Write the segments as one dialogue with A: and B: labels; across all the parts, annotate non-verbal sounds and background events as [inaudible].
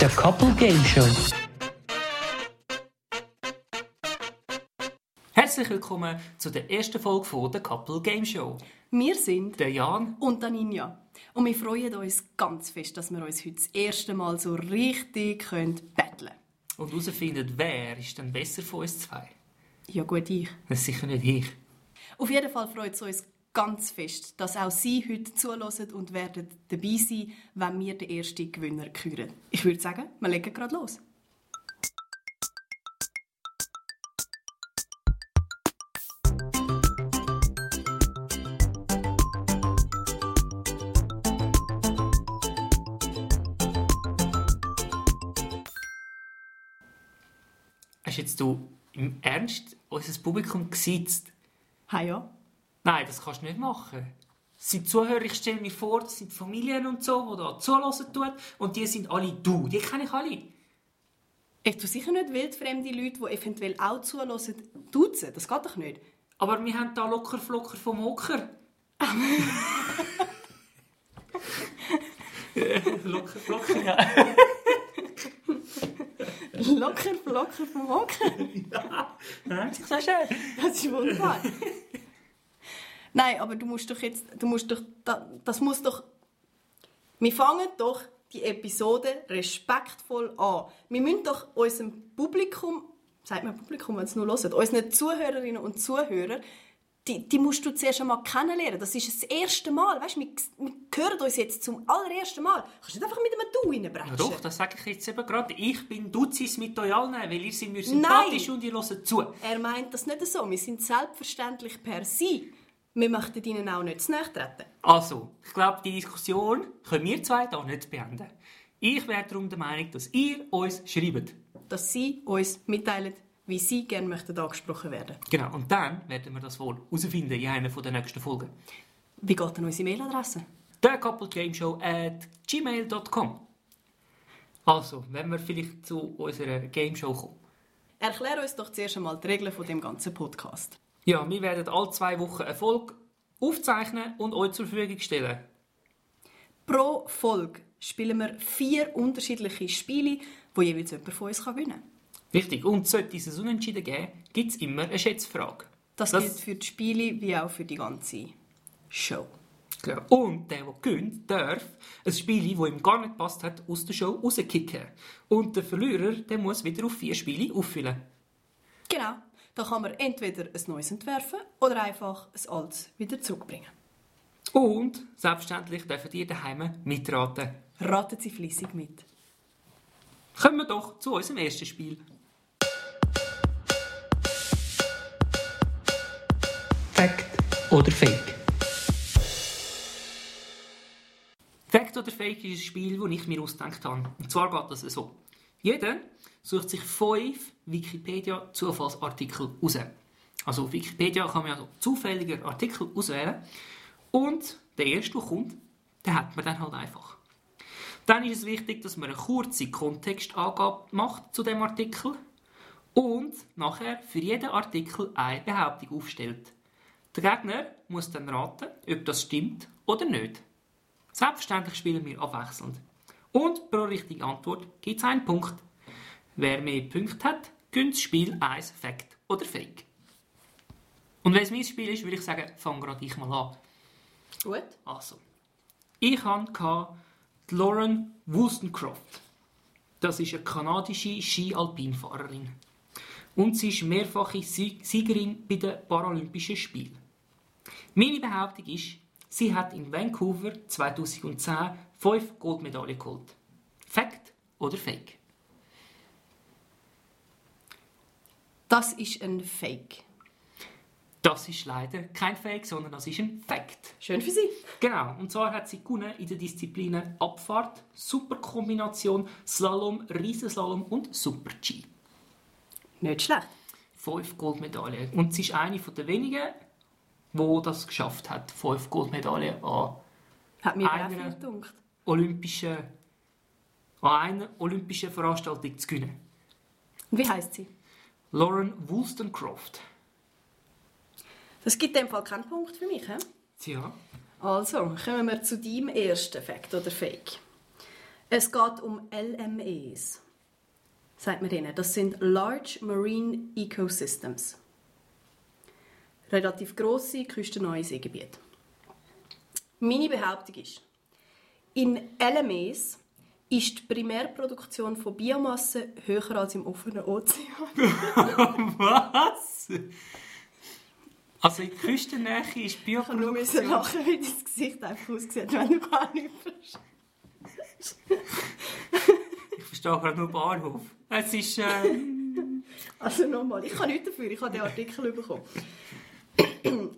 A: der Couple Game Show.
B: Herzlich willkommen zu der ersten Folge von der Couple Game Show.
C: Wir sind
B: Der Jan,
C: und Daninja. Und wir freuen uns ganz fest, dass wir uns heute das erste Mal so richtig können betteln können.
B: und herausfindet, wer ist denn besser von uns zwei?
C: Ja gut, ich.
B: Das ist sicher nicht ich.
C: Auf jeden Fall freut es uns ganz fest, dass auch Sie heute zuhören und werden dabei sein, wenn wir den ersten Gewinner küren. Ich würde sagen, wir legen gerade los.
B: Hast jetzt du im Ernst unser Publikum gesiezt?
C: Ha ja.
B: Nein, das kannst du nicht machen. Es sind Zuhörer, ich stelle mir vor, das sind Familien und so, die da zuhören tun. Und die sind alle du. Die kenne ich alle.
C: Ich tue sicher nicht wildfremde Leute, die eventuell auch zuhören, duzen. Das geht doch nicht.
B: Aber wir haben da locker flocker vom Hocker. [laughs] locker flocker, ja.
C: Locker, locker vom Hocker.
B: so schön.
C: [laughs] Das ist wunderbar. Nein, aber du musst doch jetzt, du musst doch, da- das muss doch, wir fangen doch die Episode respektvoll an. Wir müssen doch unserem Publikum, sagt man Publikum, wenn es nur hört, unseren Zuhörerinnen und Zuhörer, die, die musst du zuerst einmal kennenlernen. Das ist das erste Mal, weißt, wir, wir hören uns jetzt zum allerersten Mal. Du kannst nicht einfach mit einem «Du»
B: Ja,
C: reinbrechen.
B: doch, das sage ich jetzt eben gerade. Ich bin Duzis mit euch allen, weil ihr seid mir
C: Nein.
B: sympathisch und ihr hört zu.
C: Er meint das nicht so. Wir sind selbstverständlich per se. Wir möchten ihnen auch nicht zu nahe treten.
B: Also, ich glaube, die Diskussion können wir zwei da nicht beenden. Ich wäre darum der Meinung, dass ihr uns schreibt.
C: dass sie uns mitteilen, wie sie gerne möchten angesprochen werden.
B: Genau, und dann werden wir das wohl herausfinden in einer der nächsten Folgen.
C: Wie geht denn unsere Mailadresse?
B: der Show at gmail.com. Also, wenn wir vielleicht zu unserer Game Show kommen.
C: Erklär uns doch zuerst einmal die Regeln von dem ganzen Podcast.
B: Ja, wir werden alle zwei Wochen eine Folge aufzeichnen und euch zur Verfügung stellen.
C: Pro Folge spielen wir vier unterschiedliche Spiele, wo jeweils jemand von uns kann gewinnen kann.
B: Richtig, und sollte es ein Unentschieden geben, gibt es immer eine Schätzfrage.
C: Das,
B: Das-
C: gilt für die Spiele wie auch für die ganze Show.
B: Ja. Und der, der gewinnt, darf ein Spiel, das ihm gar nicht gepasst hat, aus der Show rauskicken. Und der Verlierer der muss wieder auf vier Spiele auffüllen.
C: Genau, da kann man entweder ein neues entwerfen oder einfach ein altes wieder zurückbringen.
B: Und selbstverständlich dürfen ihr daheim mitraten.
C: Raten Sie fließig mit.
B: Kommen wir doch zu unserem ersten Spiel.
A: Fact oder Fake?
B: Fact oder Fake ist ein Spiel, das ich mir ausgedacht habe. Und zwar geht das so. Jeder sucht sich fünf Wikipedia-Zufallsartikel raus. Also auf Wikipedia kann man ja so zufällige Artikel auswählen. Und der erste, der kommt, den hat man dann halt einfach. Dann ist es wichtig, dass man eine kurze Kontextangabe macht zu dem Artikel und nachher für jeden Artikel eine Behauptung aufstellt. Der Gegner muss dann raten, ob das stimmt oder nicht. Selbstverständlich spielen wir abwechselnd. Und pro richtige Antwort gibt es einen Punkt. Wer mehr Punkte hat, gewinnt das Spiel 1 Fact oder Fake. Und wenn es mein Spiel ist, würde ich sagen, fang gerade ich mal an.
C: Gut.
B: Also, ich hatte die Lauren Wollstonecroft. Das ist eine kanadische Ski-Alpinfahrerin. Und sie ist mehrfache Sie- Siegerin bei den Paralympischen Spielen. Meine Behauptung ist, sie hat in Vancouver 2010 fünf Goldmedaillen geholt. Fact oder Fake?
C: Das ist ein Fake.
B: Das ist leider kein Fake, sondern das ist ein Fact.
C: Schön für Sie.
B: Genau, und zwar hat sie gewonnen in den Disziplinen Abfahrt, Superkombination, Slalom, Riesenslalom und Super-G.
C: Nicht schlecht.
B: Fünf Goldmedaillen. Und sie ist eine der wenigen, die das geschafft hat. Fünf Goldmedaillen an
C: Hat mir aber auch
B: Einer-
C: viel gedunkt.
B: olympischen, an einer olympischen Veranstaltung zu gewinnen.
C: Und Wie heißt sie?
B: Lauren Wollstonecroft.
C: Das gibt in dem Fall keinen Punkt für mich. He?
B: Tja, [laughs]
C: Also, kommen wir zu deinem ersten Fakt oder Fake. Es geht um LMEs. Sagt man denen. Das sind Large Marine Ecosystems. Relativ grosse küstennahe Seegebiete. Meine Behauptung ist, in LMEs ist die Primärproduktion von Biomasse höher als im offenen Ozean.
B: Was? Also in der Küstennähe ist
C: Ich nur
B: Bioproduktion...
C: müssen lachen, wie dein Gesicht einfach aussieht, wenn du gar nicht verstehst.
B: Ich verstehe gerade nur Bahnhof. Es ist... Äh,
C: Also nochmal, ich kann nichts dafür, ich habe den Artikel bekommen.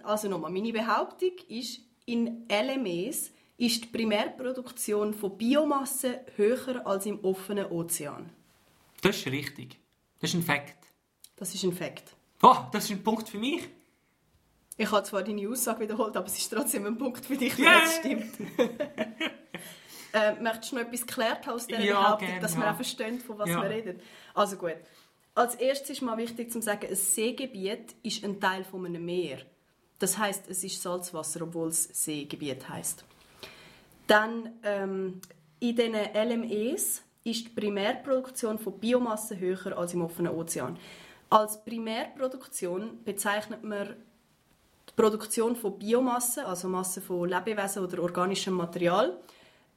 C: Also nochmal, meine Behauptung ist, in LMEs ist die Primärproduktion von Biomasse höher als im offenen Ozean.
B: das ist richtig. Das ist ein Fakt.
C: Das ist ein Fakt.
B: Oh, das ist ein Punkt für mich.
C: Ich habe zwar deine Aussage wiederholt, aber es ist trotzdem ein Punkt für dich, wenn
B: Yeah!
C: es stimmt. [laughs] äh, möchtest du noch etwas geklärt haben aus dieser
B: Ja,
C: Behauptung,
B: gerne,
C: dass wir
B: ja.
C: auch verstehen, von was
B: Ja.
C: wir reden? Also gut. Als erstes ist mal wichtig zu sagen, ein Seegebiet ist ein Teil von einem Meer. Das heißt, es ist Salzwasser, obwohl es Seegebiet heißt. Dann ähm, in diesen LMEs ist die Primärproduktion von Biomasse höher als im offenen Ozean. Als Primärproduktion bezeichnet man die Produktion von Biomasse, also Masse von Lebewesen oder organischem Material,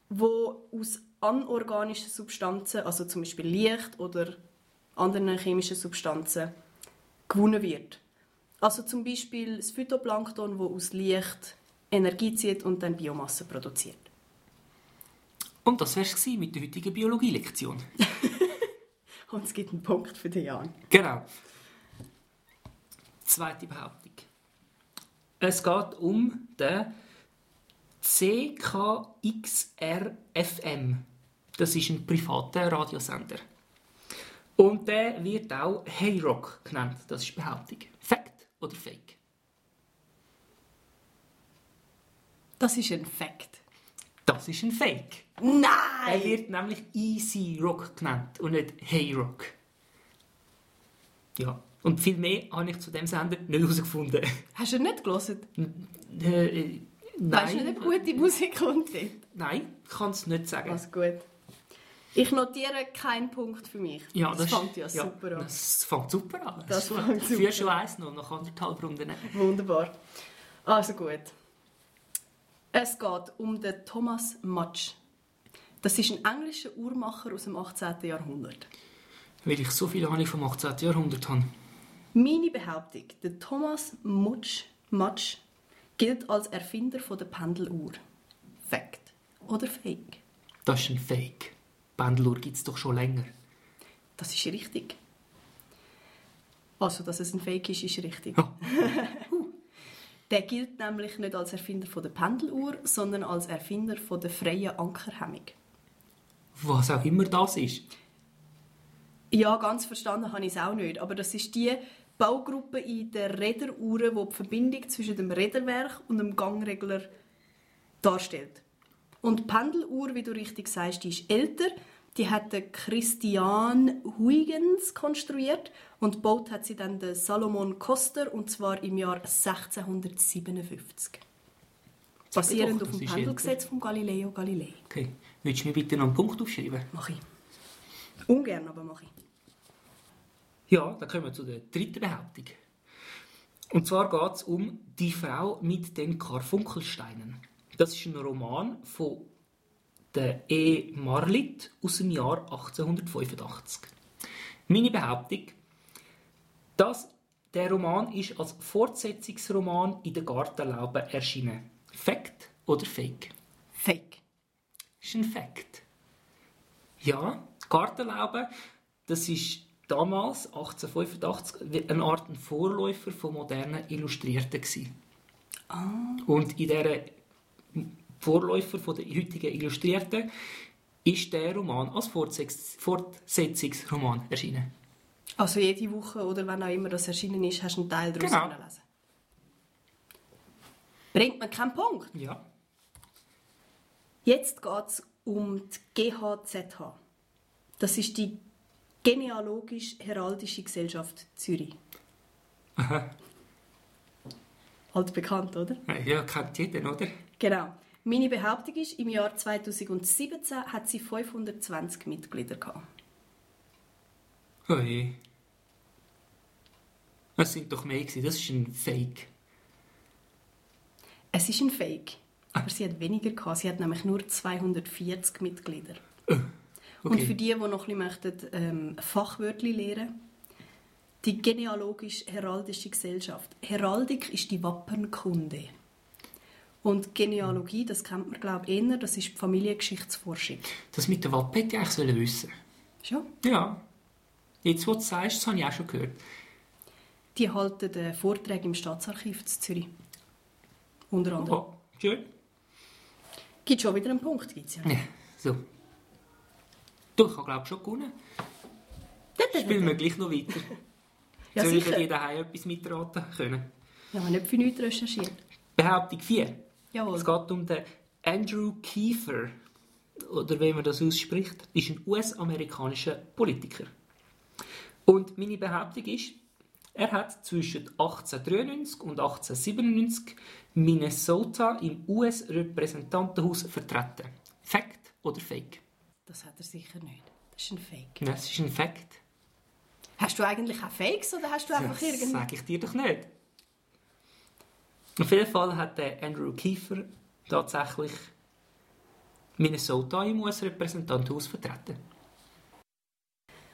C: wo aus anorganischen Substanzen, also zum Beispiel Licht oder anderen chemischen Substanzen, gewonnen wird. Also zum Beispiel das Phytoplankton, wo aus Licht Energie zieht und dann Biomasse produziert.
B: Und das wär's gewesen mit der heutigen Biologielektion. [laughs]
C: Und es gibt einen Punkt für den Jan.
B: Genau. Zweite Behauptung. Es geht um den CKXRFM. Das ist ein privater Radiosender. Und der wird auch Hayrock genannt. Das ist die Behauptung. Fact oder Fake?
C: Das ist ein Fakt.
B: Das ist ein Fake. Er
C: Nein!
B: wird nämlich Easy Rock genannt und nicht Hey Rock. Ja. Und viel mehr habe ich zu dem Sender nicht herausgefunden.
C: Hast du ihn nicht gelesen?
B: Äh, äh, nein.
C: Weißt du nicht, ob gute Musik kommt? dort?
B: Nein, ich kann es nicht sagen.
C: Also gut. Ich notiere keinen Punkt für mich. das fängt ja,
B: ist-
C: super an.
B: Das fängt super an.
C: Das
B: Super.
C: fängt super
B: Führst du eins noch, nach anderthalb Runden.
C: Wunderbar. Also gut. Es geht um den Thomas Matsch. Das ist ein englischer Uhrmacher aus dem 18. Jahrhundert.
B: Weil ich so viel Ahnung vom 18. Jahrhundert habe.
C: Meine Behauptung, der Thomas Mutsch, Matsch gilt als Erfinder von der Pendeluhr. Fact oder Fake?
B: Das ist ein Fake. Pendeluhr gibt es doch schon länger.
C: Das ist richtig. Also, dass es ein Fake ist, ist richtig. [laughs]
B: Ja.
C: der gilt nämlich nicht als Erfinder von der Pendeluhr, sondern als Erfinder von der freien Ankerhemmung.
B: Was auch immer das ist.
C: Ja, ganz verstanden habe ich es auch nicht. Aber das ist die Baugruppe in der Räderuhren, die die Verbindung zwischen dem Räderwerk und dem Gangregler darstellt. Und die Pendeluhr, wie du richtig sagst, die ist älter. Die hat der Christian Huygens konstruiert und gebaut hat sie dann der Salomon Koster und zwar im Jahr 1657. Basierend
B: doch,
C: auf
B: das
C: dem
B: ist älter.
C: Pendelgesetz von Galileo Galilei.
B: Okay. Willst du mir bitte noch einen Punkt aufschreiben?
C: Mache ich. Ungern, aber mache ich.
B: Ja, dann kommen wir zu der dritten Behauptung. Und zwar geht es um Die Frau mit den Karfunkelsteinen. Das ist ein Roman von der E. Marlitt aus dem Jahr 1885. Meine Behauptung, dass der Roman ist als Fortsetzungsroman in der Gartenlaube erschienen. Fact oder Fake?
C: Fake.
B: ist ein Fakt. Ja, Gartenlaube, das ist damals, 1885, eine Art Vorläufer von modernen Illustrierten. gsi.
C: Ah.
B: Und in dieser Vorläufer von der heutigen Illustrierten ist der Roman als Fortsex- Fortsetzungsroman erschienen.
C: Also jede Woche oder wenn auch immer das erschienen ist, hast du einen Teil daraus
B: Genau.
C: genau. lesen. Bringt mir keinen Punkt.
B: Ja.
C: Jetzt geht es um die GHZH. Das ist die Genealogisch-Heraldische Gesellschaft Zürich. Aha. Halt bekannt, oder?
B: Ja, kennt jeder, oder?
C: Genau. Meine Behauptung ist, im Jahr 2017 hat sie 520 Mitglieder gehabt.
B: Hey. Es sind doch mehr gewesen. Oh Das ist ein Fake.
C: Es ist ein Fake. Aber sie hat weniger gehabt. Sie hat nämlich nur 240 Mitglieder. Und
B: Okay.
C: für die, die noch ein bisschen möchten, ähm, Fachwörtli lernen, die genealogisch-heraldische Gesellschaft. Heraldik ist die Wappenkunde. Und Genealogie, das kennt man, glaube ich, eher, das ist die Familiengeschichtsforschung.
B: Das mit der Wappe hätte ich eigentlich sollen wissen
C: Ja.
B: Ja. Jetzt, wo du es sagst, das habe ich auch schon gehört.
C: Die halten äh, Vorträge im Staatsarchiv zu Zürich. Unter anderem.
B: Oh, schön. Oh.
C: Gibt schon wieder einen Punkt, gibt's ja.
B: Ja, so. Du, ich habe glaube schon gewonnen. Spielen wir gleich noch weiter.
C: Ja,
B: Soll ich
C: sicher.
B: dir daheim etwas mitraten können?
C: Ja, nicht für nichts recherchiert.
B: Behauptung 4.
C: Jawohl.
B: Es geht um den Andrew Kiefer. Oder wie man das ausspricht, ist ein US-amerikanischer Politiker. Und meine Behauptung ist, er hat zwischen 1893 und 1897 Minnesota im US-Repräsentantenhaus vertreten. Fact oder Fake?
C: Das hat er sicher nicht. Das ist ein Fake.
B: Das ist ein Fact.
C: Hast du eigentlich auch Fakes oder hast du einfach
B: Das
C: irgendeinen?
B: sage ich dir doch nicht. Auf jeden Fall hat der Andrew Kiefer tatsächlich Minnesota im US-Repräsentantenhaus vertreten.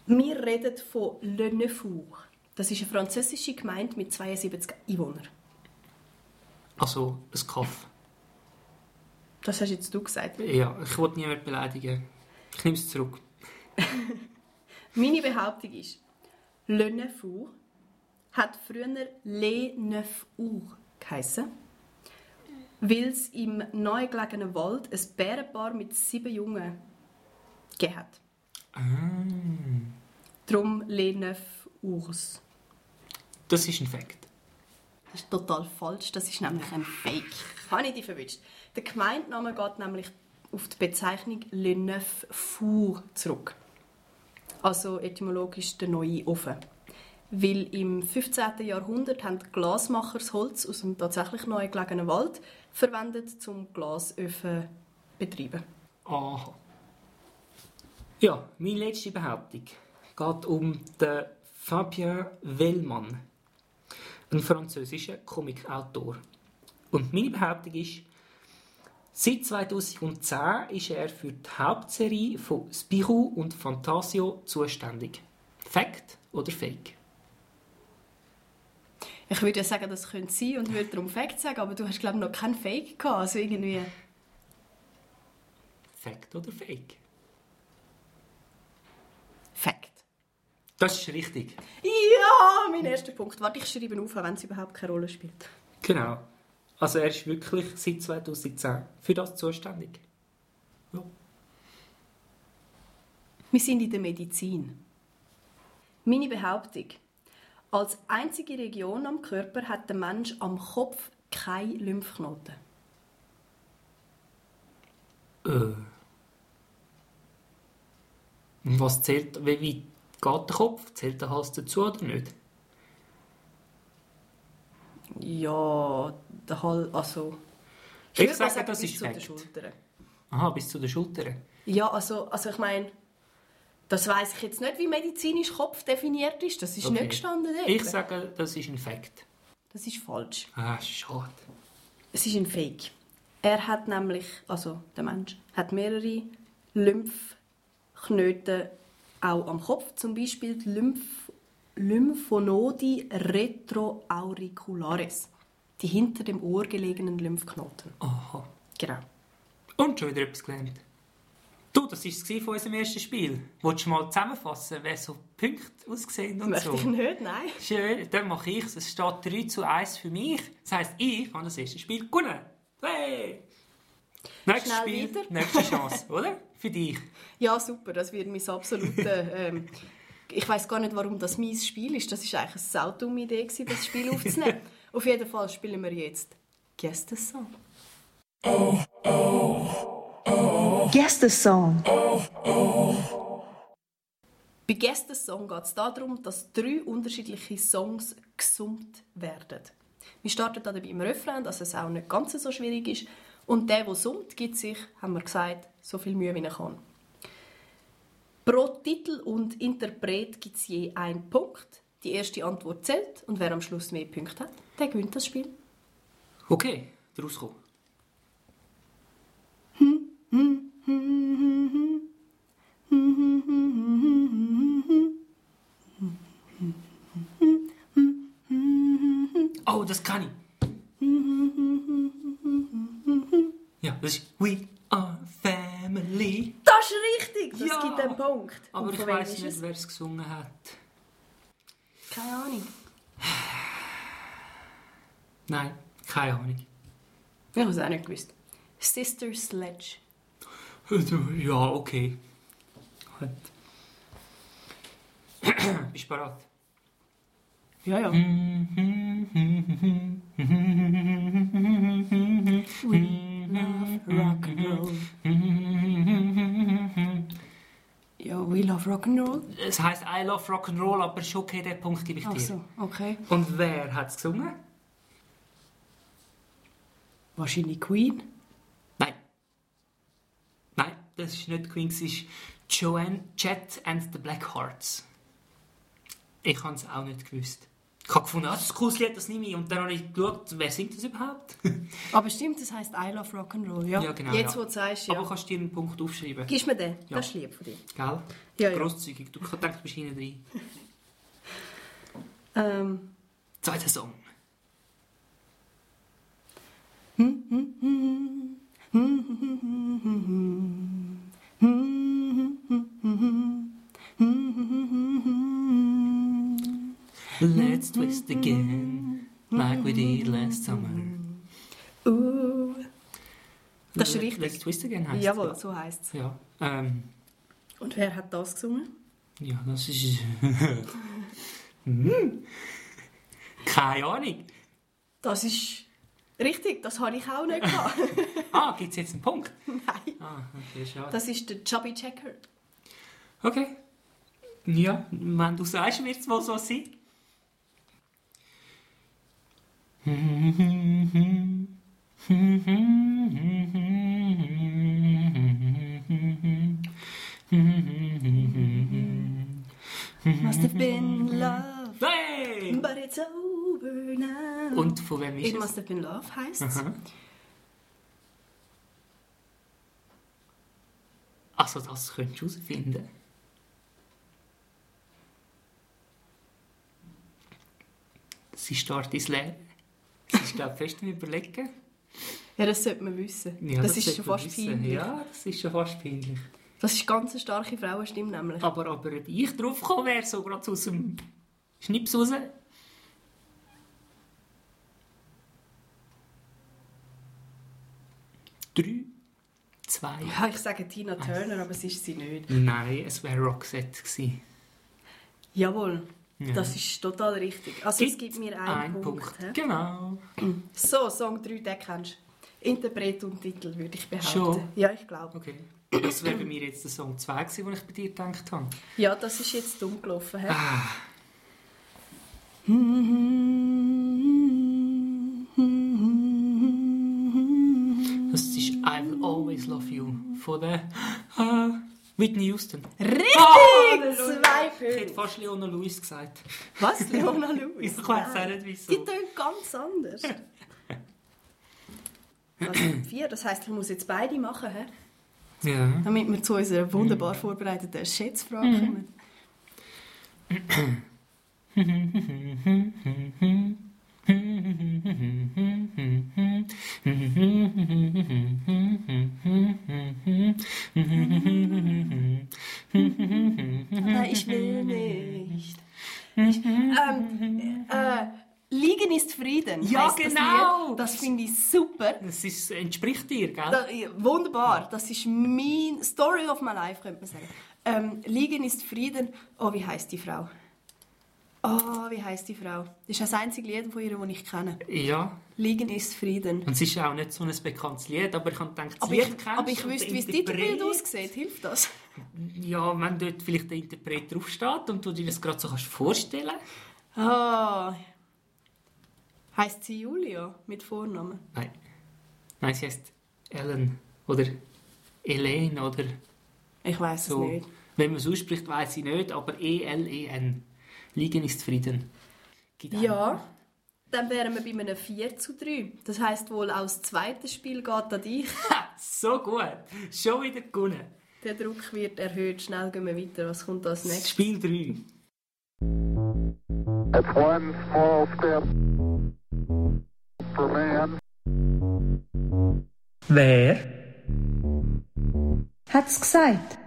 C: Wir reden von Le Neufbourg. Das ist eine französische Gemeinde mit 72 Einwohnern.
B: Also ein Kaff.
C: Das hast jetzt du gesagt.
B: Ja, ich wollte niemanden beleidigen. Ich nehme es zurück.
C: Meine Behauptung ist, Le Neufbourg hat früher Le Neufbourg geheissen, weil es im nahegelegenen Wald ein Bärenpaar mit sieben Jungen gegeben hat. Drum Le Neufbourgs.
B: Das ist ein Fakt.
C: Das ist total falsch, das ist nämlich ein Fake. [laughs] Habe ich dich verwünscht. Der Gemeindename geht nämlich auf die Bezeichnung Le Neuf Four zurück. Also etymologisch der neue Ofen. Weil im 15. Jahrhundert haben die Glasmacher das Holz aus dem tatsächlich neu gelegenen Wald verwendet, um Glasöfen zu betreiben.
B: Aha. Ja, meine letzte Behauptung geht um den Fabien Wellmann, einen französischen Comicautor. Und meine Behauptung ist, seit 2010 ist er für die Hauptserie von Spirou und Fantasio zuständig. Fact oder Fake?
C: Ich würde ja sagen, das könnte sein und würde darum Fakt sagen, aber du hast, glaube ich, noch keinen Fake gehabt. Also irgendwie...
B: Fact oder Fake?
C: Fakt.
B: Das ist richtig.
C: Ja, mein erster Punkt. Warte, ich schreibe auf, auch wenn es überhaupt keine Rolle spielt.
B: Genau. Also er ist wirklich seit 2010 für das zuständig. Ja.
C: Wir sind in der Medizin. Meine Behauptung. Als einzige Region am Körper hat der Mensch am Kopf keine Lymphknoten.
B: Äh. Und was zählt, wie weit geht der Kopf? Zählt der Hals dazu oder nicht?
C: Ja, der Hall, also...
B: Ich
C: würd mal
B: sage, das
C: bis
B: ist
C: zu den
B: Fakt.
C: Schultern.
B: Aha, bis zu den Schultern.
C: Ja, also, also ich meine, das weiß ich jetzt nicht, wie medizinisch Kopf definiert ist. Das ist
B: Okay.
C: nicht gestanden. dort.
B: Ich sage, das ist ein Fakt.
C: das ist falsch.
B: Ah, schade.
C: Es ist ein Fake. Er hat nämlich, also der Mensch, hat mehrere Lymphknoten auch am Kopf. Zum Beispiel die Lymph Lymphonodi retroauricularis. Die hinter dem Ohr gelegenen Lymphknoten.
B: Aha.
C: Genau.
B: Und schon wieder etwas gelernt. Du, das war es von unserem ersten Spiel. Willst du mal zusammenfassen, wer so die Punkte ausgesehen und
C: Möchte
B: so?
C: ich nicht, nein.
B: Schön, dann mache ich es. Es steht 3 zu 1 für mich. Das heisst, ich habe das erste Spiel gewonnen. Hey! Nächstes
C: Schnell
B: Spiel,
C: weiter.
B: nächste
C: [laughs]
B: Chance, oder? Für dich.
C: Ja, super, das wird mein absolutes. Ähm, ich weiß gar nicht, warum das mein Spiel ist. Das ist eigentlich eine saudumme Idee, gewesen, das Spiel aufzunehmen. Auf jeden Fall spielen wir jetzt Guess the Song.
D: Guess the song.
C: Bei Guess the Song geht es darum, dass drei unterschiedliche Songs gesummt werden. Wir starten dann beim Refrain, dass es auch nicht ganz so schwierig ist. Und der, der summt, gibt sich, haben wir gesagt, so viel Mühe, wie er kann. Pro Titel und Interpret gibt es je einen Punkt. Die erste Antwort zählt und wer am Schluss mehr Punkte hat, der gewinnt das Spiel.
B: Okay, daraus kommen. Oh, das kann ich. Ja, das ist We are Family.
C: Das ist richtig! Das
B: Ja.
C: gibt einen Punkt.
B: Aber
C: Und
B: ich
C: von wem
B: weiß
C: ist
B: nicht,
C: es?
B: wer es gesungen hat.
C: Keine Ahnung.
B: Nein, keine Ahnung.
C: Ich habe es auch nicht gewusst. Sister Sledge.
B: Ja, okay. [clears throat] Gut. Bist du bereit?
C: Ja, ja. Rock'n'Roll. Ja, we love Rock'n'Roll.
B: Es heisst I love Rock'n'Roll, aber ist okay, den Punkt gebe ich
C: Ach
B: dir.
C: so, okay.
B: Und wer hat es gesungen?
C: Wahrscheinlich Queen.
B: Nein. Nein, das ist nicht Queen, es ist Joanne Jett and the Black Hearts. Ich habe es auch nicht gewusst. Ich habe gefunden, ah, das ist ein cooles Lied, das nehme ich. Und dann habe ich geschaut, wer singt das überhaupt?
C: Aber stimmt, das heisst I love Rock'n'Roll, ja?
B: Ja, genau,
C: Jetzt,
B: ja.
C: wo du sagst,
B: Aber
C: ja.
B: kannst du dir einen Punkt aufschreiben?
C: Gib mir den,
B: Ja.
C: das ist lieb von dir.
B: Gell?
C: Ja, ja.
B: Grosszügig. Du denkst, du bist hinten drin.
C: Ähm,
B: Zweiter Song. Let's twist again, like we did last summer.
C: uh, Das ist richtig.
B: Let's twist again heißt
C: jawohl, so heisst es.
B: Ja. Ähm,
C: Und wer hat das gesungen?
B: ja, das ist. [laughs] Hm. Keine Ahnung.
C: Das ist richtig, das habe ich auch nicht gehabt.
B: Ah, gibt es jetzt einen Punkt?
C: Nein.
B: Ah, okay, schade.
C: Das ist der Chubby Checker.
B: Okay. Ja, wenn du sagst, wird es wohl so sein.
C: Must have been love,
B: Hey!
C: but it's over now.
B: Und von wem ist
C: It
B: es?
C: must have been love heisst es.
B: Aha. Also das könntest du herausfinden. Sie startet ins Leben. Sie ist glaub, fest am überlegen.
C: Ja, das sollte man wissen.
B: Ja,
C: das, ist
B: sollte
C: schon
B: man
C: fast
B: wissen.
C: peinlich.
B: Ja, das ist schon fast peinlich.
C: Das ist ganz eine starke Frauenstimme nämlich.
B: Aber, aber ob ich drauf gekommen wäre, so gerade aus dem Schnips raus. Drei, zwei.
C: Ja, ich sage Tina Turner, aber es ist sie nicht.
B: Nein, es wäre Roxette gewesen.
C: Jawohl,
B: Ja.
C: das ist total richtig. Also es gibt mir einen
B: Ein
C: Punkt. hä?
B: Genau.
C: So, Song 3, den kennst du. Interpret und Titel würde ich behaupten.
B: Schon?
C: Ja, ich glaube.
B: Okay. Das wäre bei mir jetzt der Song 2 gewesen, den ich bei dir gedacht habe.
C: Ja, das ist jetzt dumm gelaufen. hä?
B: Ah, das ist I Will Always Love You von der äh, Whitney Houston.
C: Richtig!
B: Ah, der Luna.
C: Zwei
B: Ich hätte
C: Punkte.
B: fast Leona Lewis gesagt.
C: Was, Leona Lewis?
B: Ich weiß auch nicht, wieso.
C: Die tönt ganz anders. Also vier, das heisst, ich muss jetzt beide machen, hä?
B: Ja.
C: damit wir zu unserer wunderbar vorbereiteten Schätzfrage
B: Mhm.
C: kommen. Nein, ich will nicht. Ähm, äh, Liegen ist Frieden.
B: Ja,
C: heisst das
B: genau.
C: Lied. Das, finde ich super.
B: Das ist, entspricht dir, gell?
C: Da, ja, wunderbar, das ist mein Story of my life, könnte man sagen. Ähm, Liegen ist Frieden. Oh, wie heißt die Frau? Oh, wie heißt die Frau? Das ist das einzige Lied von ihr, das ich kenne.
B: ja.
C: Liegen ist Frieden.
B: Und es ist auch nicht so ein bekanntes Lied, aber ich habe gedacht, das
C: Aber
B: Lied
C: ich,
B: kennst
C: aber ich
B: und
C: wüsste,
B: der
C: wie das Titelbild
B: Interpret-
C: aussieht. Hilft das?
B: Ja, wenn dort vielleicht der Interpret draufsteht und du dir das gerade so kannst vorstellen
C: Ah. Heißt sie Julia mit Vornamen?
B: Nein. Nein, sie heißt Ellen oder Elaine oder
C: Ich weiß
B: so.
C: es nicht.
B: Wenn man es ausspricht, weiß ich nicht, aber E E-L-E-N. Liegen ist Frieden. Gibt einem-
C: Ja. Dann wären wir bei einem 4 zu 3. Das heisst wohl, auch das zweite Spiel geht an dich.
B: [laughs] So gut. Schon wieder gewonnen.
C: Der Druck wird erhöht. Schnell gehen wir weiter. Was kommt als nächstes?
B: Spiel 3.
E: It's one small step for man,
A: Wer
D: Hat's gesagt?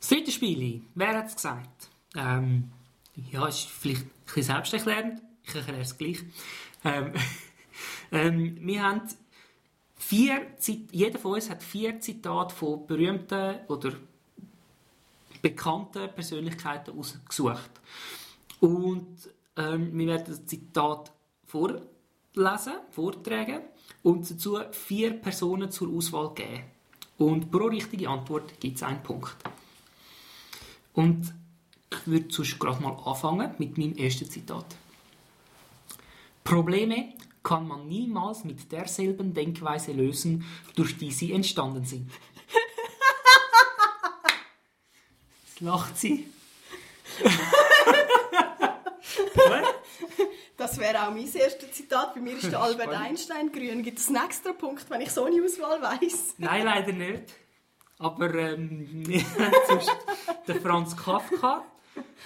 B: Das dritte Spiel, wer hat es gesagt? Ähm, ja, ist vielleicht ein bisschen selbsterklärend. Ich erkläre es gleich. Ähm, [laughs] ähm, wir haben vier, Zit- jeder von uns hat vier Zitate von berühmten oder bekannten Persönlichkeiten ausgesucht. Und ähm, wir werden das Zitat vorlesen, vortragen und dazu vier Personen zur Auswahl geben. Und pro richtige Antwort gibt es einen Punkt. Und ich würde sonst gerade mal anfangen mit meinem ersten Zitat. Probleme kann man niemals mit derselben Denkweise lösen, durch die sie entstanden sind. [laughs] Jetzt lacht sie.
C: Das wäre auch mein erstes Zitat. Bei mir ist der Albert Einstein grün. Gibt es einen extra Punkt, wenn ich so eine Auswahl weiss?
B: Nein, leider nicht. Aber ähm, [laughs] sonst der Franz Kafka,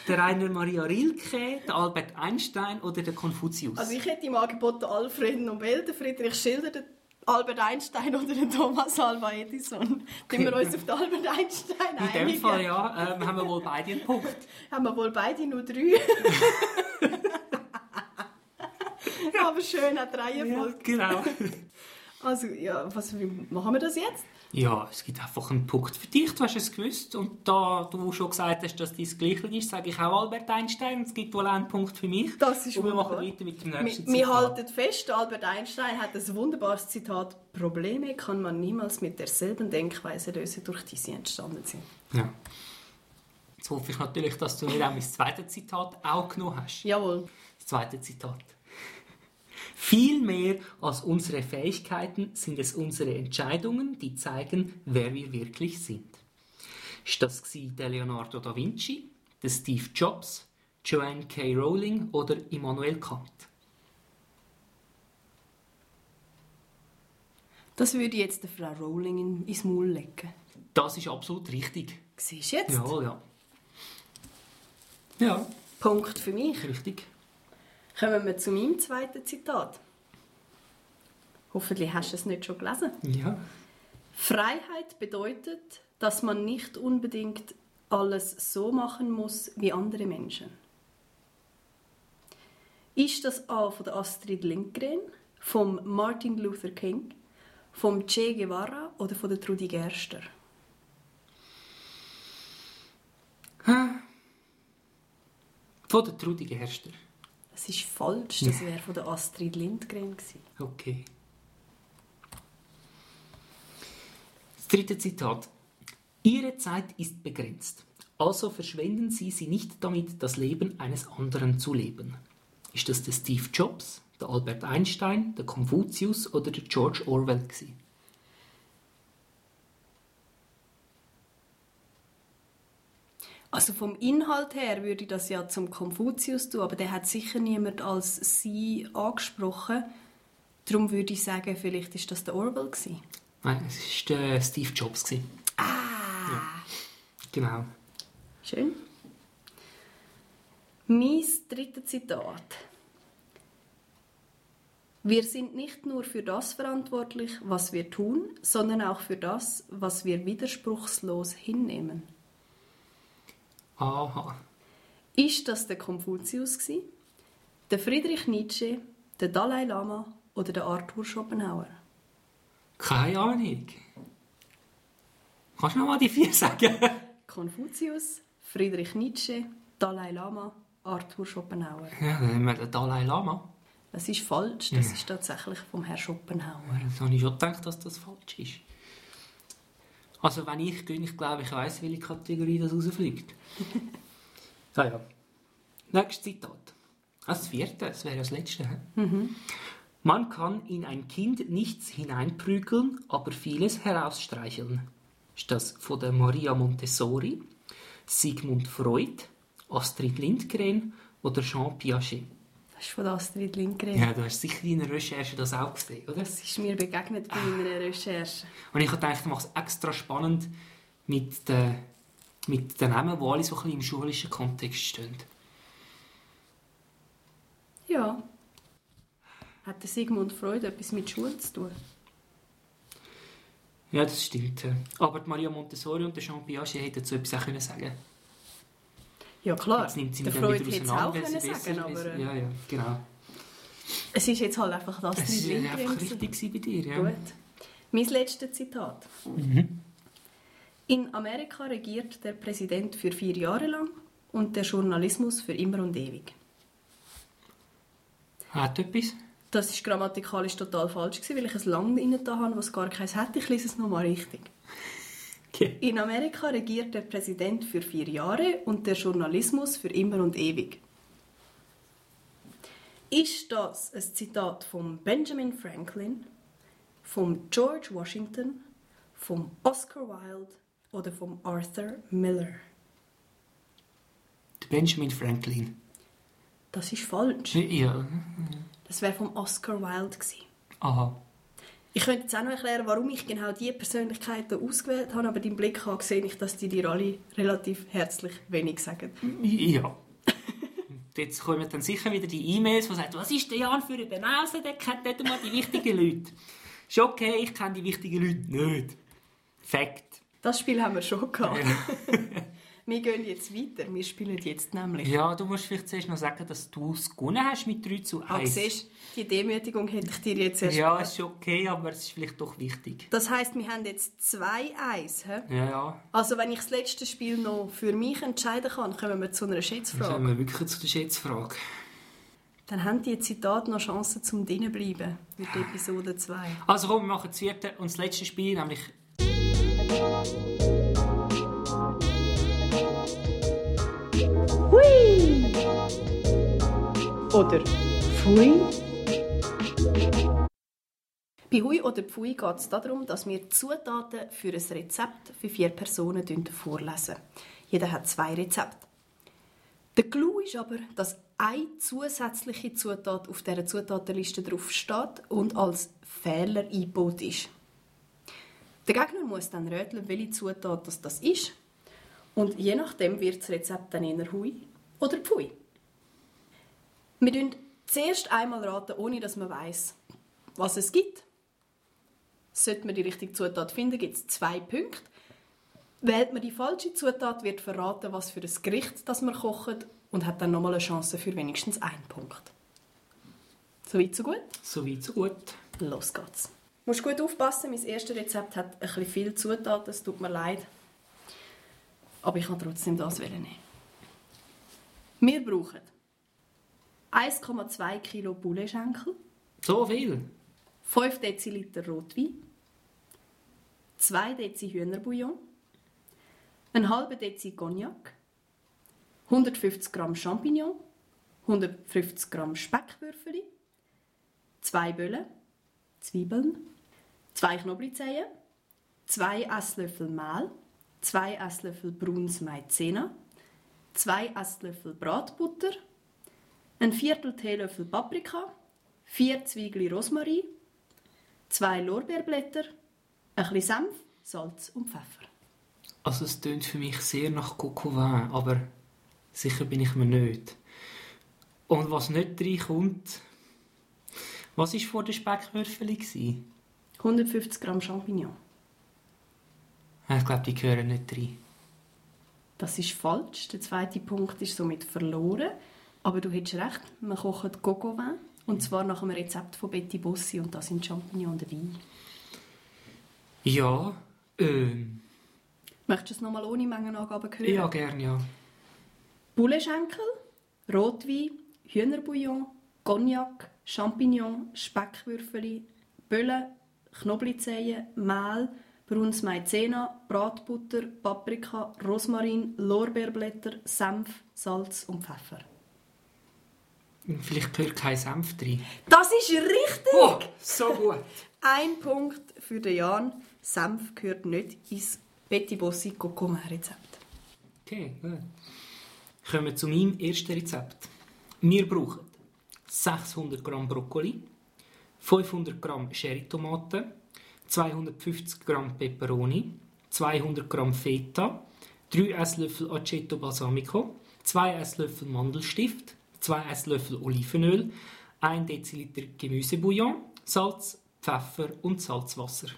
B: der Rainer Maria Rilke, der Albert Einstein oder der Konfuzius.
C: Also ich hätte im Angebot den Alfred Nobel, den Friedrich Schiller, den Albert Einstein oder den Thomas Alva Edison. Können wir uns auf den Albert Einstein
B: In
C: einigen?
B: dem Fall ja, ähm, haben wir
C: [laughs]
B: wohl beide einen Punkt.
C: Haben wir wohl beide
B: [laughs]
C: nur drei. Aber schön, eine Dreierfolge.
B: genau.
C: Also, ja, was, wie machen wir das jetzt?
B: Ja, es gibt einfach einen Punkt für dich, du hast es gewusst. Und da du schon gesagt hast, dass dies gleiche ist, sage ich auch Albert Einstein. Es gibt wohl einen Punkt für mich.
C: Das ist
B: Und wir machen
C: wunderbar.
B: weiter mit dem
C: Wir,
B: nächsten
C: wir
B: Zitat.
C: halten fest, Albert Einstein hat ein wunderbares Zitat: Probleme kann man niemals mit derselben Denkweise lösen, durch die sie entstanden sind.
B: Ja. Jetzt hoffe ich natürlich, dass du mir auch mein zweites Zitat auch genommen hast.
C: Jawohl.
B: Das zweite Zitat. Viel mehr als unsere Fähigkeiten sind es unsere Entscheidungen, die zeigen, wer wir wirklich sind. Ist das gewesen der Leonardo da Vinci, der Steve Jobs, Joanne K. Rowling oder Immanuel Kant?
C: Das würde ich jetzt der Frau Rowling in, ins Maul legen.
B: Das ist absolut richtig.
C: Siehst du jetzt?
B: Jawohl, ja. Ja,
C: Punkt für mich.
B: richtig.
C: Kommen wir zu meinem zweiten Zitat. Hoffentlich hast du es nicht schon gelesen.
B: Ja.
C: Freiheit bedeutet, dass man nicht unbedingt alles so machen muss wie andere Menschen. Ist das A von der Astrid Lindgren, vom Martin Luther King, vom Che Guevara oder von der Trudi Gerster?
B: Von der Trudi Gerster.
C: Das ist falsch, das wäre von der Astrid Lindgren gewesen.
B: Okay. Das dritte Zitat. Ihre Zeit ist begrenzt, also verschwenden Sie sie nicht damit, das Leben eines anderen zu leben. Ist das der Steve Jobs, der Albert Einstein, der Konfuzius oder der George Orwell? Gewesen?
C: Also vom Inhalt her würde ich das ja zum Konfuzius tun, aber der hat sicher niemand als sie angesprochen. Darum würde ich sagen, vielleicht ist das der Orwell gewesen.
B: Nein, es ist der Steve Jobs. Gewesen. Ah! Ja. Genau.
C: Schön. Mein drittes Zitat. Wir sind nicht nur für das verantwortlich, was wir tun, sondern auch für das, was wir widerspruchslos hinnehmen.
B: Aha.
C: Ist das der Konfuzius gsi, der Friedrich Nietzsche, der Dalai Lama oder der Arthur Schopenhauer?
B: Keine Ahnung. Kannst du noch mal die vier sagen?
C: Konfuzius, Friedrich Nietzsche, Dalai Lama, Arthur Schopenhauer.
B: Ja, dann haben wir den Dalai Lama.
C: Das ist falsch, das ist tatsächlich vom Herrn Schopenhauer.
B: Jetzt habe ich schon gedacht, dass das falsch ist. Also wenn ich gehe, ich glaube, ich weiß, welche Kategorie das rausfliegt. [laughs] ah ja. Nächstes Zitat. Ah, Das vierte, das wäre ja das letzte. hä? Man kann in ein Kind nichts hineinprügeln, aber vieles herausstreicheln. Ist das von der Maria Montessori, Sigmund Freud, Astrid Lindgren oder Jean Piaget?
C: Das ist von Astrid Lindgren.
B: Ja, du hast sicher in deiner Recherche das auch gesehen, oder?
C: Das ist mir begegnet bei meiner Recherche.
B: Und ich dachte, ich mache es extra spannend mit den, mit den Namen, die alle so ein bisschen im schulischen Kontext stehen.
C: Ja. Hat der Sigmund Freud etwas mit Schule zu tun?
B: Ja, das stimmt. ja. Aber die Maria Montessori und der Jean Piaget hätten so etwas auch können sagen
C: Ja, klar.
B: Jetzt nimmt sie
C: Ah, der
B: mich dann
C: Freud
B: wieder
C: hätte es
B: auseinander.
C: auch können
B: weil sie
C: sagen,
B: besser-
C: aber äh,
B: Ja, ja, genau.
C: es ist jetzt halt einfach das
B: Es
C: Astrid
B: war
C: Lindgren.
B: einfach
C: gewesen.
B: richtig gewesen bei dir, ja.
C: Gut. Mein letztes Zitat. In Amerika regiert der Präsident für vier Jahre lang und der Journalismus für immer und ewig.
B: Hat etwas?
C: Das ist grammatikalisch total falsch, gewesen, weil ich ein Land rein da habe, was gar keins hat. Ich lese es nochmal richtig.
B: Okay.
C: In Amerika regiert der Präsident für vier Jahre und der Journalismus für immer und ewig. Ist das ein Zitat von Benjamin Franklin, von George Washington, von Oscar Wilde oder von Arthur Miller?
B: Der Benjamin Franklin.
C: Das ist falsch.
B: Ja.
C: Das wäre von Oscar Wilde gewesen.
B: Aha.
C: Ich könnte jetzt auch noch erklären, warum ich genau diese Persönlichkeiten ausgewählt habe, aber im Blick habe gesehen, ich, dass die dir alle relativ herzlich wenig sagen.
B: Ja. Und [laughs] Jetzt kommen dann sicher wieder die E-Mails, die sagen, was ist der Jan für eine Benase, der kennt nicht einmal die wichtigen Leute. Ist okay, ich kenne die wichtigen Leute nicht. Fact.
C: Das Spiel haben wir schon gehabt. [laughs] wir gehen jetzt weiter. Wir spielen jetzt nämlich.
B: Ja, du musst vielleicht zuerst noch sagen, dass du es gewonnen hast mit 3 zu 1.
C: Ah, siehst du, die Demütigung hätte ich dir jetzt erst.
B: ja, ist okay, aber es ist vielleicht doch wichtig.
C: Das heißt, wir haben jetzt zwei Eis. hä?
B: Ja, ja.
C: Also, wenn ich das letzte Spiel noch für mich entscheiden kann, kommen wir zu einer
B: Jetzt
C: Schätzfrage.
B: kommen wir wirklich zu der Schätzfrage.
C: Dann haben die Zitate noch Chancen, zum drinnen bleiben mit Episode 2.
B: Also komm, wir machen das vierte und das letzte Spiel, nämlich
C: Oder
D: Pfui,
C: Bei Hui oder Pfui geht es darum, dass wir Zutaten für ein Rezept für vier Personen vorlesen. Jeder hat zwei Rezepte. Der Clou ist aber, dass eine zusätzliche Zutat auf dieser Zutatenliste draufsteht und als Fehler eingebaut ist. Der Gegner muss dann rätseln, welche Zutat das, das ist. Und je nachdem wird das Rezept dann eher Hui oder Pfui. Wir raten zuerst einmal, raten, ohne dass man weiß, was es gibt. Sollte man die richtige Zutat finden, gibt es zwei Punkte. Wählt man die falsche Zutat, wird verraten, was für ein Gericht das man kocht und hat dann nochmal eine Chance für wenigstens einen Punkt. Soweit so gut.
B: «So weit, so gut».
C: Los geht's. Du musst gut aufpassen, mein erstes Rezept hat ein bisschen viel Zutaten, es tut mir leid. Aber ich kann trotzdem das nehmen. Wir brauchen 1,2 Kilo Bulleschenkel,
B: So viel.
C: 5 Deziliter Rotwein, 2 Dezi Hühnerbouillon, einen halben Dezi Cognac, 150 Gramm Champignon, 150 Gramm Speckwürfel, 2 Böllen, Zwiebeln, 2 Knoblauchzehen, 2 Esslöffel Mehl, 2 Esslöffel braunes Maizena, 2 Esslöffel Bratbutter, ein Viertel Teelöffel Paprika, 4 Zwiebeln Rosmarin, zwei Lorbeerblätter, ein bisschen Senf, Salz und Pfeffer.
B: Also es tönt für mich sehr nach Coco Vin, aber sicher bin ich mir nicht. Und was nicht reinkommt... Was war vor den Speckwürfeln? gewesen?
C: 150 Gramm Champignon.
B: Ah, Ich glaube, die gehören nicht rein.
C: Das ist falsch. Der zweite Punkt ist somit verloren. Aber du hättest recht, man kocht Gogovin. Und zwar nach einem Rezept von Betty Bossi und da sind Champignon dabei.
B: Ja, ähm...
C: Möchtest du es nochmal ohne Mengenangaben hören?
B: Ja, gern, ja.
C: Bulleschenkel, Rotwein, Hühnerbouillon, Cognac, Champignon, Speckwürfeli, Böllen, Knoblauchzehen, Mehl, braunes Maizena, Bratbutter, Paprika, Rosmarin, Lorbeerblätter, Senf, Salz und Pfeffer.
B: Vielleicht gehört kein Senf drin.
C: Das ist richtig!
B: Oh, so gut.
C: Ein Punkt für den Jan. Senf gehört nicht ins Betty Bossi Cocoma-Rezept.
B: Okay, gut. Kommen wir zu meinem ersten Rezept. Wir brauchen 600 Gramm Brokkoli, 500 Gramm Cherrytomaten, 250 Gramm Peperoni, 200 Gramm Feta, 3 Esslöffel Aceto Balsamico, 2 Esslöffel Mandelstift, 2 Esslöffel Olivenöl, 1 Deziliter Gemüsebouillon, Salz, Pfeffer und Salzwasser.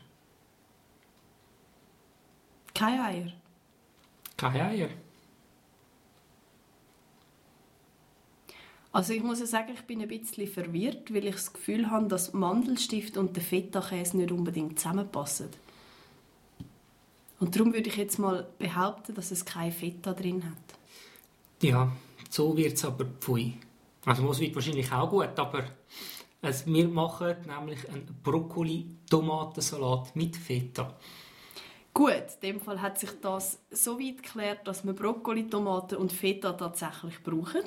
C: Keine Eier.
B: Keine Eier.
C: Also ich muss ja sagen, ich bin ein bisschen verwirrt, weil ich das Gefühl habe, dass Mandelstift und der Feta-Käse nicht unbedingt zusammenpassen. Und darum würde ich jetzt mal behaupten, dass es kein Feta drin hat.
B: Ja, so wird es aber pfui. Also muss wird wahrscheinlich auch gut, aber es, wir machen nämlich einen Brokkoli-Tomatensalat mit Feta.
C: Gut, in dem Fall hat sich das so weit geklärt, dass wir Brokkoli, Tomaten und Feta tatsächlich brauchen.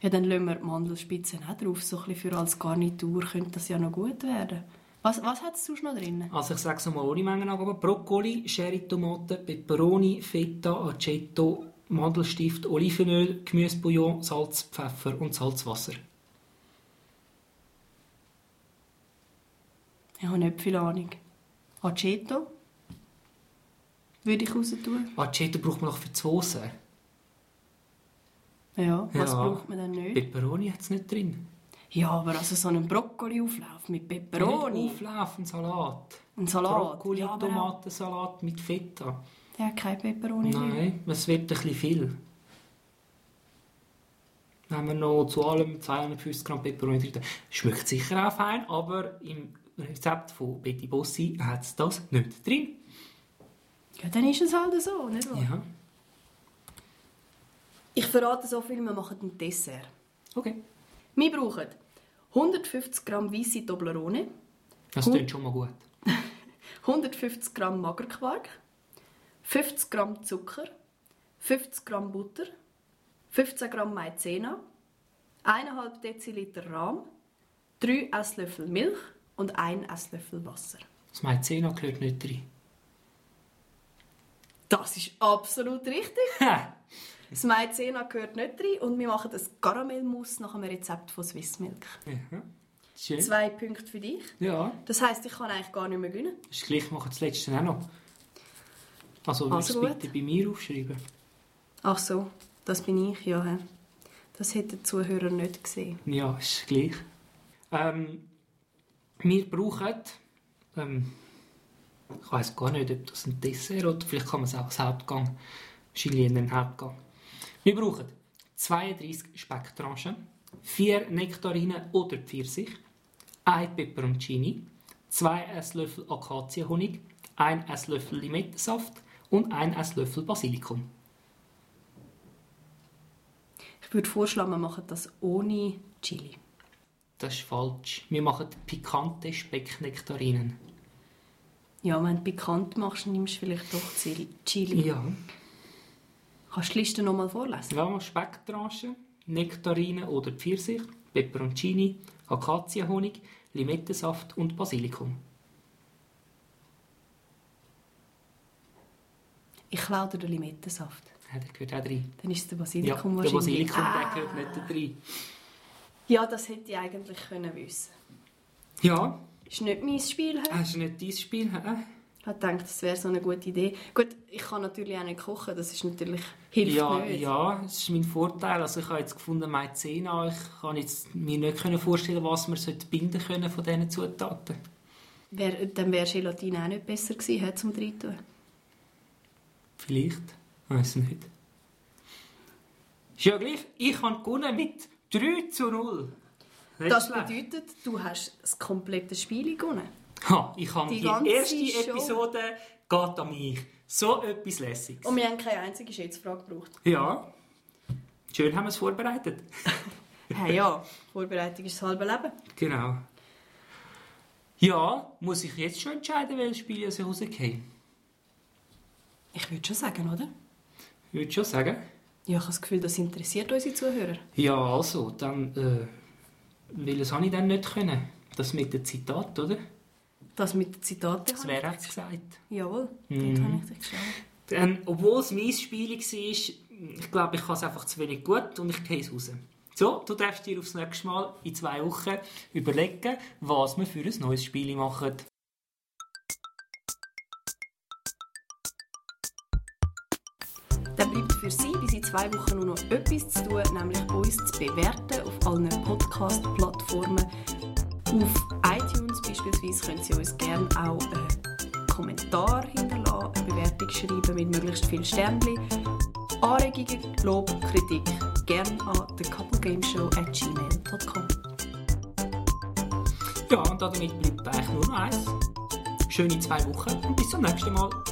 C: Ja, dann lassen wir die Mandelspitzen auch drauf, so ein bisschen für als Garnitur könnte das ja noch gut werden. Was, was hat es sonst noch drin?
B: Also ich sage es nochmal ohne Mengenangabe. Brokkoli, Sherry-Tomaten, Peperoni, Feta, Aceto, Mandelstift, Olivenöl, Gemüsebouillon, Salz, Pfeffer und Salzwasser.
C: Ich habe nicht viel Ahnung. Aceto würde ich raus tun.
B: Aceto braucht man noch für die Soße.
C: Ja, was
B: Ja.
C: braucht man dann nicht?
B: Peperoni hat es nicht drin.
C: Ja, aber also so einen Brokkoli-Auflauf mit Peperoni,
B: Nicht Auflauf, ein Salat.
C: einen Salat. ja, aber auch-
B: Brokkoli-Tomatensalat mit Feta.
C: Der hat kein Peperoni drin.
B: Nein, es wird ein bisschen viel. Dann haben wir noch zu allem 250 Gramm Peperoni drin. Schmeckt sicher auch fein, aber im Rezept von Betty Bossi hat es das nicht drin.
C: Ja, dann ist es halt so, nicht wahr?
B: Ja,
C: Ich verrate so viel, wir machen ein Dessert.
B: okay.
C: Wir brauchen 150 Gramm weiße Toblerone,
B: Das
C: Gut.
B: klingt schon mal gut.
C: 150 Gramm Magerquark, 50 Gramm Zucker, 50 Gramm Butter, 15 Gramm Maizena, 1,5 Deziliter Rahm, 3 Esslöffel Milch und 1 Esslöffel Wasser.
B: Das Maizena gehört nicht drin.
C: Das ist absolut richtig.
B: Ha!
C: Das Maizena gehört nicht rein und wir machen das Karamellmus nach einem Rezept von Swissmilk.
B: Ja. Schön.
C: Zwei Punkte für dich.
B: Ja,
C: Das heißt, ich kann eigentlich gar nicht mehr gewinnen.
B: das ist gleich machen wir das letzte auch noch. Also würdest du
C: Also gut.
B: es bitte bei mir aufschreiben?
C: Ach so, das bin ich, ja. hä? Das hätten die Zuhörer nicht gesehen.
B: Ja, ist gleich. Ähm, wir brauchen. Ähm, ich weiß gar nicht, ob das ein Dessert oder vielleicht kann man es auch als Hauptgang. Chili in den Hauptgang. Wir brauchen 32 Specktranchen, 4 Nektarinen oder Pfirsich, 1 Peperoncini, 2 Esslöffel Akazienhonig, 1 Esslöffel Limettensaft und 1 Esslöffel Basilikum.
C: Ich würde vorschlagen, wir machen das ohne Chili.
B: Das ist falsch. Wir machen pikante Specknektarinen.
C: Ja, wenn du bekannt machst, nimmst du vielleicht doch Chili. Chili.
B: Ja.
C: Kannst du die Liste nochmal vorlesen?
B: Ja, Specktranchen, Nektarinen oder Pfirsich, Peperoncini, Akazienhonig, Limettensaft und Basilikum.
C: Ich klaue dir den Limettensaft.
B: Ja, der gehört auch rein.
C: Dann ist der
B: Ja,
C: Basilikum
B: der
C: wahrscheinlich.
B: Basilikum der
C: ah.
B: gehört nicht rein.
C: Ja, das hätte ich eigentlich können wissen
B: Ja,
C: Ist nicht mein Spiel. hä?
B: das ist nicht dein Spiel. hä?
C: Ich habe gedacht, das wäre so eine gute Idee. Gut, ich kann natürlich auch nicht kochen, das ist natürlich, hilft
B: Ja,
C: nicht.
B: ja, das ist mein Vorteil. Also ich habe jetzt gefunden, Maizena, ich kann jetzt mir nicht können vorstellen, was man sollte binden können von diesen Zutaten.
C: Wär, dann wäre Gelatine auch nicht besser gewesen, hä, zum Reintun.
B: Vielleicht. Weiß nicht. Ist ja gleich, ich habe gewonnen mit 3 zu 0. Nicht
C: Das
B: schlecht.
C: bedeutet, du hast das komplette Spiel gewonnen.
B: Ha, ich habe
C: Die
B: die,
C: ganze
B: erste
C: Show.
B: Episode geht an mich. So etwas Lässiges.
C: Und wir haben keine einzige Schätzfrage gebraucht.
B: Ja. Schön haben wir es vorbereitet.
C: Hey, ja, Vorbereitung ist das halbe Leben.
B: Genau. Ja, muss ich jetzt schon entscheiden, welches Spiel ich rausgehe?
C: Ich würde schon sagen, oder?
B: Ich würde schon sagen.
C: Ja, ich habe das Gefühl, das interessiert unsere Zuhörer.
B: Ja, also, dann, äh, weil es habe ich dann nicht können. Das mit dem Zitat, oder?
C: Das mit den Zitaten.
B: Das
C: habe ich-
B: wäre Mhm. jetzt gesagt.
C: Jawohl, dort habe ich dich geschlagen.
B: Dann, Ähm, obwohl es mein Spiel war, ich glaube, ich kann es einfach zu wenig gut und ich gehe es raus. So, du darfst dir aufs nächste Mal in zwei Wochen überlegen, was wir für ein neues Spiel machen.
C: Dann bleibt für Sie bis in zwei Wochen nur noch etwas zu tun, nämlich uns zu bewerten auf allen Podcast-Plattformen. Auf iTunes beispielsweise können Sie uns gerne auch einen Kommentar hinterlassen, eine Bewertung schreiben mit möglichst vielen Sternchen. Anregungen, Lob, Kritik gerne an thecouplegameshow.gmail.com
B: Ja, und damit bleibt eigentlich nur noch eins. Schöne zwei Wochen und bis zum nächsten Mal.